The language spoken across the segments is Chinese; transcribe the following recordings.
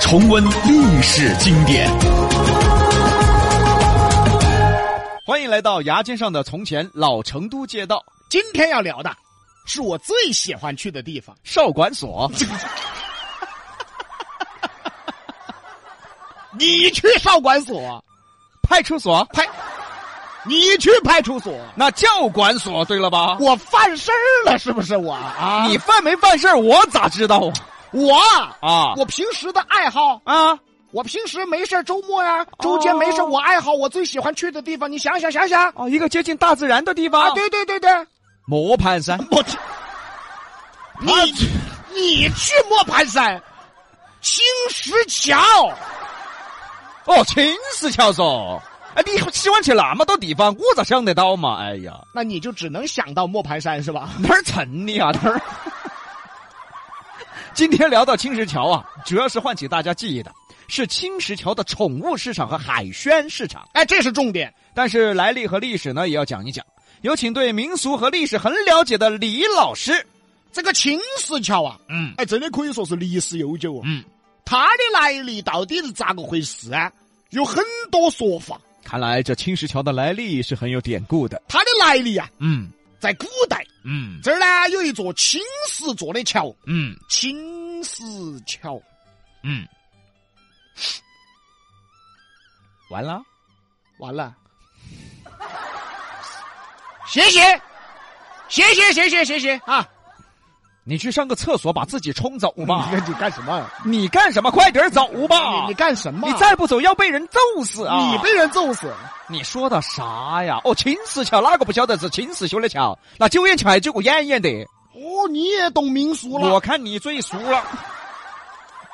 重温历史经典。欢迎来到牙尖上的从前老成都街道今天要聊的是我最喜欢去的地方。少管所。 你去少管所，派出所，派，你去派出所，那叫管所，对了吧？我犯事儿了是不是我啊？你犯没犯事儿，我咋知道我啊？我平时的爱好，啊啊，我平时没事儿周末呀、周间没事儿哦我爱好我最喜欢去的地方，你想想想想哦，一个接近大自然的地方。啊，对对对对，磨盘山。我去，你你去磨盘山，青石桥，哦，秦石桥嗦。哎，你喜欢去那么多地方，我咋想得到嘛？哎呀，那你就只能想到磨盘山是吧？哪儿沉你啊？哪儿？ 今天聊到青石桥啊，主要是唤起大家记忆的是青石桥的宠物市场和海鲜市场，哎，这是重点。但是来历和历史呢也要讲一讲。有请对民俗和历史很了解的李老师。这个青石桥啊，嗯哎，真的可以说是历史悠久啊。嗯，它的来历到底是咋个回事啊？有很多说法。看来这青石桥的来历是很有典故的。它的来历啊，嗯在古代嗯这儿呢有一座青石做的桥，嗯青石桥。嗯，完了。完了，谢谢，谢谢，谢谢，谢谢啊！你去上个厕所，把自己冲走 吧！你干什么？啊你干什么？快点走吧！你你干什么？啊你啊再不走要被人揍死啊！你被人揍死！你说的啥呀？哦，秦石桥哪个不晓得是秦石修的桥？那九眼桥还九个眼眼的。哦，你也懂民俗我了。看你最熟了。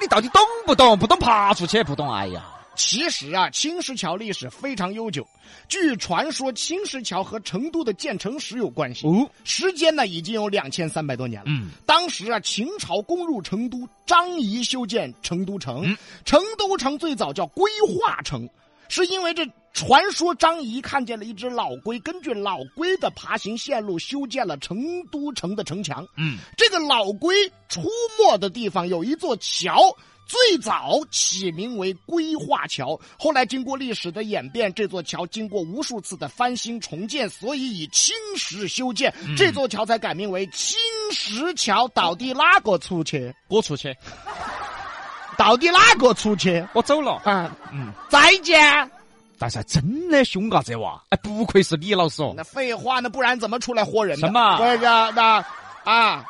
你到底懂不懂？不懂爬出去，不懂哎呀！其实啊，青石桥历史非常悠久。据传说，青石桥和成都的建成时有关系，哦，时间呢已经有两千三百多年了。嗯，当时啊，秦朝攻入成都，张仪修建成都城。嗯成都城最早叫归化城，是因为这传说张仪看见了一只老龟，根据老龟的爬行线路修建了成都城的城墙。嗯，这个老龟出没的地方有一座桥。最早起名为归化桥，后来经过历史的演变，这座桥经过无数次的翻新重建，所以以青石修建，嗯这座桥才改名为青石桥。到底哪个出去？我出去，到底哪个出去？我走了。啊，嗯，再见。但是还真的凶啊，这娃！哎，不愧是李老师哦。那废话，那不然怎么出来豁人的？什么不是那那啊，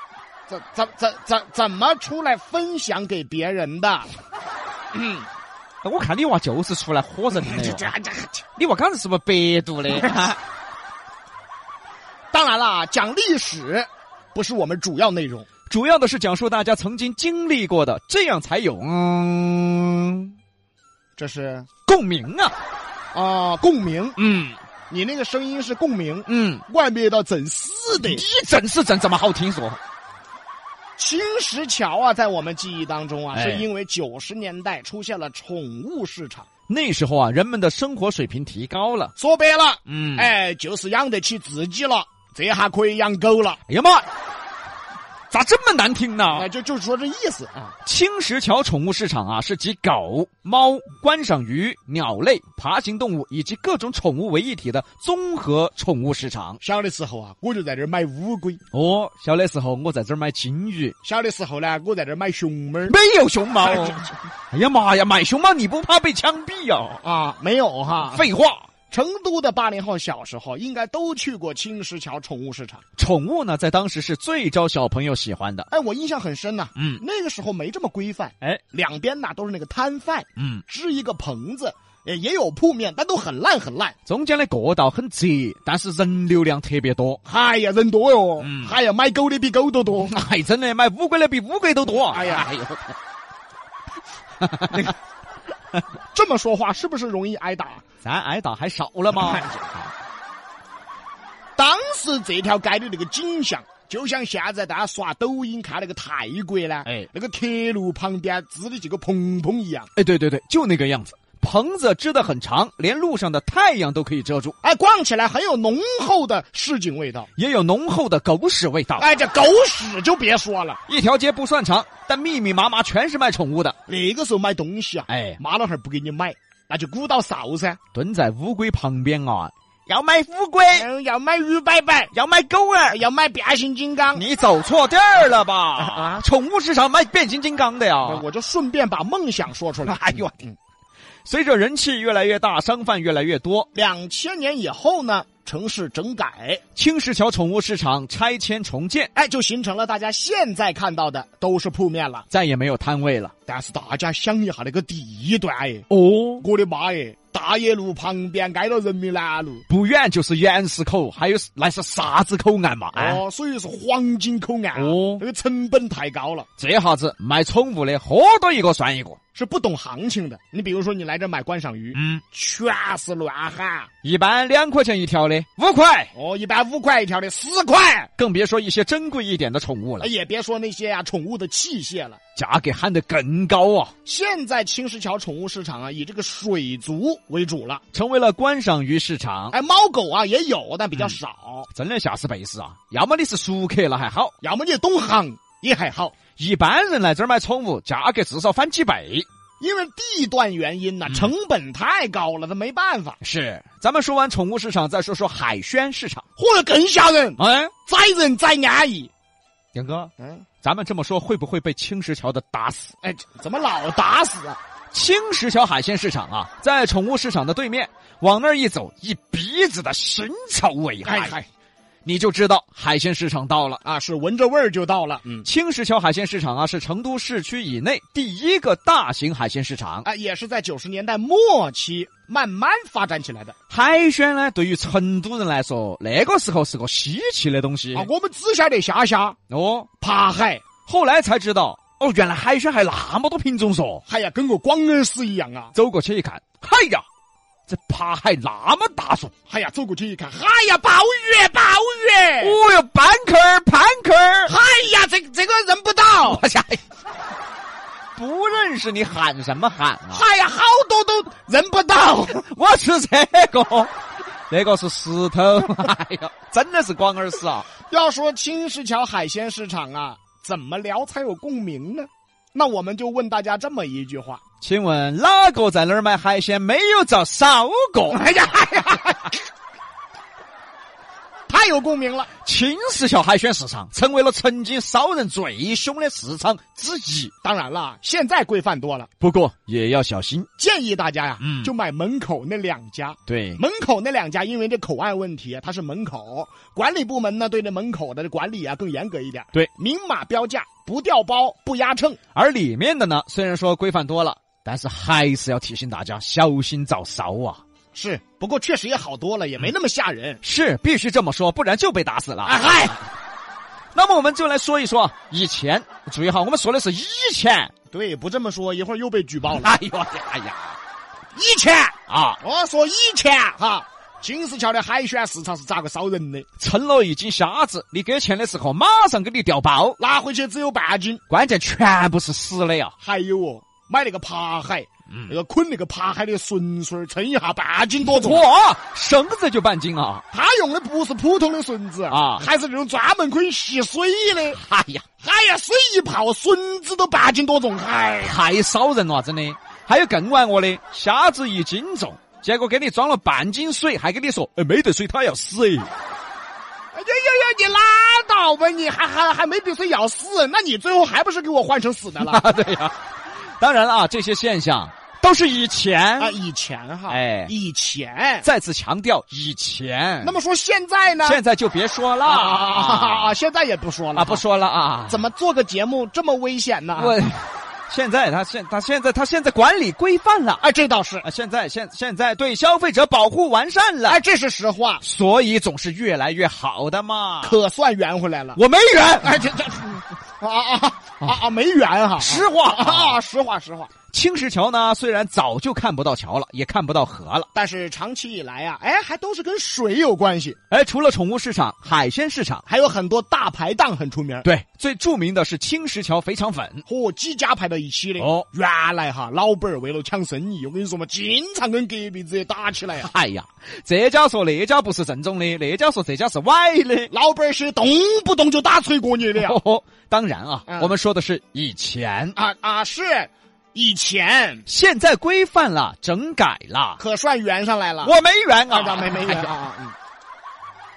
怎怎怎怎怎么出来分享给别人的？我看你娃就是出来豁人的这哟。 这这。你娃刚才是不是百度 的？当然啦，讲历史不是我们主要内容。主要的是讲述大家曾经经历过的，这样才有嗯这是共鸣啊。啊、共鸣。嗯你那个声音是共鸣，嗯，外面的整是的你。整是整，怎么好听说？青石桥啊，在我们记忆当中啊，哎是因为九十年代出现了宠物市场，那时候啊，人们的生活水平提高了。说白了，嗯哎，哎，就是养得起自己了，这下可以养狗了，哎呀妈，咋这么难听呢？哎，就就是说这意思啊。青石桥宠物市场啊，是集狗、猫、观赏鱼、鸟类、爬行动物以及各种宠物为一体的综合宠物市场。小的时候啊，我就在这儿买乌龟；哦，小的时候我在这儿买金鱼，小的时候呢，我在这儿买熊猫儿。没有熊猫。 哎这哎呀妈呀，买熊猫你不怕被枪毙呀、啊，没有哈。废话，成都的八零后小时候应该都去过青石桥宠物市场。宠物呢，在当时是最招小朋友喜欢的。哎，我印象很深呐、嗯那个时候没这么规范，哎，两边呐都是那个摊贩，嗯，支一个棚子，也也有铺面，但都很烂很烂。中间的过道很窄，但是人流量特别多。 哎呀，人多哟，嗯哎呀，买狗的比狗都多。啊哎哎哎，真的，买乌龟的比乌龟都多。哎呀哎呦，这么说话是不是容易挨打？咱挨打还少了吗？哎当时这条街的那个景象，就像现在大家刷抖音看那个泰国呢，哎那个铁路旁边支的几个棚棚一样。哎，对对对，就那个样子，棚子支得很长，连路上的太阳都可以遮住，哎，逛起来很有浓厚的市井味道。也有浓厚的狗屎味道。哎，这狗屎就别说了，一条街不算长，但密密麻麻全是卖宠物的。那个时候买东西啊，哎，妈老汉儿不给你买，那就鼓捣臊噻。蹲在乌龟旁边啊，要买乌龟，嗯，要买鱼摆摆，要买狗儿，要买变形金刚。你走错地儿了吧？啊宠物市场卖变形金刚的呀。哎我就顺便把梦想说出来。哦哎呦，随着人气越来越大，商贩越来越多，两千年以后呢，城市整改，青石桥宠物市场拆迁重建，哎，就形成了大家现在看到的都是铺面了。再也没有摊位了。但是大家想一下那个地段，哎，哦，我的妈耶！大冶路旁边挨到人民南路，不远就是原石口，还有那是啥子口岸嘛？哎，哦，所以是黄金口岸啊，哦那个成本太高了，这下子卖宠物的喝多一个算一个。是不懂行情的。你比如说，你来这买观赏鱼，嗯，全是乱喊，一般两块钱一条的，五块，哦，一般五块一条的，十块，更别说一些珍贵一点的宠物了哎，，也别说那些啊宠物的器械了。价格喊得更高啊，现在青石桥宠物市场啊，以这个水族为主了，成为了观赏鱼市场。哎，猫狗啊也有，但比较少。真的吓死贝斯啊！要么你是熟客那还好，要么你懂行也还好，一般人来这儿买宠物，价格至少翻几倍。因为地段原因呢、成本太高了，他没办法。是，咱们说完宠物市场，再说说海鲜市场。或者更吓人，哎，宰人宰安逸。杨哥，嗯，咱们这么说会不会被青石桥的打死？哎，这怎么老打死啊？青石桥海鲜市场啊，在宠物市场的对面，往那儿一走，一鼻子的腥臭味哎海，嗨你就知道海鲜市场到了。啊，是闻着味儿就到了。嗯，青石桥海鲜市场啊，是成都市区以内第一个大型海鲜市场。啊，也是在九十年代末期慢慢发展起来的海鲜呢，对于成都人来说，那个时候是个稀奇的东西啊。我们只晓得虾虾、哦。扒海，后来才知道，哦，原来海鲜还那么多品种嗦。哎呀，跟个广恩寺一样啊！走过去一看，嗨呀，这扒海那么大嗦！哎呀，走过去一看，哎呀，鲍鱼，鲍鱼！哦哟，半壳儿，半壳儿，哎呀，这这个认不到， 我下，不认识你喊什么喊啊？哎呀，好多都认不到。我吃这个，那个是石头，哎呀，真的是广耳屎啊！要说青石桥海鲜市场啊，怎么聊才有共鸣呢？那我们就问大家这么一句话：请问哪个在那儿买海鲜没有遭烧过？哎呀，哎呀， 太有共鸣了！青石桥海鲜市场成为了曾经烧人最凶的市场之一，当然了，现在规范多了，不过也要小心。建议大家呀、嗯就买门口那两家。对，门口那两家，因为这口岸问题啊，它是门口管理部门呢，对这门口的管理啊更严格一点。对，明码标价，不掉包，不压秤。而里面的呢，虽然说规范多了，但是还是要提醒大家小心早烧啊！是，嗯不过确实也好多了，也没那么吓人。是必须这么说，不然就被打死了。啊嗨，那么我们就来说一说啊以前，注意哈，我们说的是以前。对，不这么说，一会儿又被举报了。哎呦我的哎呀以前，啊！我说以前哈，青石桥的海鲜市场是咋个烧人的？称了一斤虾子，你给钱的时候马上给你调包，拿回去只有半斤。关键全部是死的呀！还有哦，买那个扒海，那个捆那个扒海的笋笋儿，称一下半斤多重。哇，生子就半斤啊！他用的不是普通的笋子啊还是那种专门可以吸水的。哎呀，哎呀，水一泡，笋子都半斤多重。哎呀，太烧人啊了，真的。还有更玩我的，虾子一斤重，结果给你装了半斤水，还跟你说，哎，没得水它要死哎。哎呀呀，你拉倒吧你，还还还没比水要死，那你最后还不是给我换成死的 了？啊， 对呀、当然了啊，这些现象都是以前。啊，以前哈，哎以前。再次强调，以前。那么说现在呢？现在就别说了啊啊啊啊啊！现在也不说了啊，不，说了啊。怎么做个节目这么危险呢？我现在他现他现在他现在管理规范了哎，这倒是，啊，现在现现在对消费者保护完善了，哎，这是实话，所以总是越来越好的嘛。可算圆回来了。我没人，哎哎，这这，啊啊啊啊，没圆哈，实话啊，实话实话，青石桥呢，虽然早就看不到桥了，也看不到河了。但是长期以来啊，哎，还都是跟水有关系，哎，除了宠物市场、海鲜市场，还有很多大排档很出名。对，最著名的是青石桥肥肠粉。和几家排到一起的。哦原来哈，老板儿为了抢生意，我跟你说嘛，经常跟隔壁子也打起来啊。哎呀，这家说那家不是正宗的，那家说这家是歪的。老板儿是动不动就打脆过你的呀。哦， 当然啊，嗯我们说的是以前，啊啊，是以前现在规范了，整改了。可算圆上来了。我没缘二啊，张没没哎圆呀啊。嗯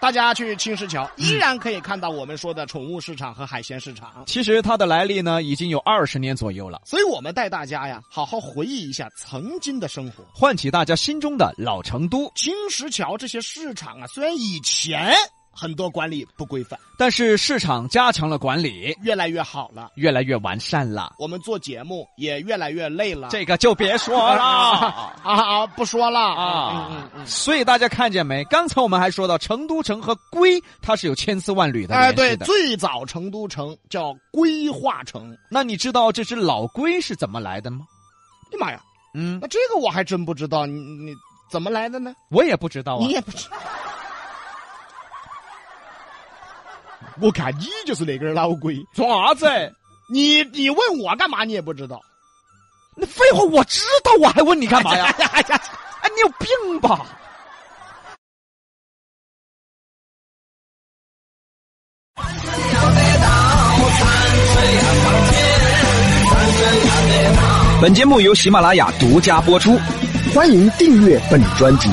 大家去青石桥，依然可以看到我们说的宠物市场和海鲜市场。其实它的来历呢，已经有二十年左右了，所以我们带大家呀，好好回忆一下曾经的生活。唤起大家心中的老成都。青石桥这些市场啊，虽然以前很多管理不规范，但是市场加强了管理，越来越好了。越来越完善了。我们做节目也越来越累了。这个就别说了。啊 啊，不说了啊嗯嗯嗯。所以大家看见没？刚才我们还说到成都城和龟，它是有千丝万缕的哎，联对系，的。最早成都城叫规划城。哎那你知道这只老龟是怎么来的吗？哎呀妈呀，嗯，那这个我还真不知道，你你怎么来的呢？我也不知道啊你。也不知。我看你就是那根老龟，做啥子？你你问我干嘛？你也不知道。那废话，我知道，我还问你干嘛呀？ 哎呀，哎，你有病吧？本节目由喜马拉雅独家播出。欢迎订阅本专辑。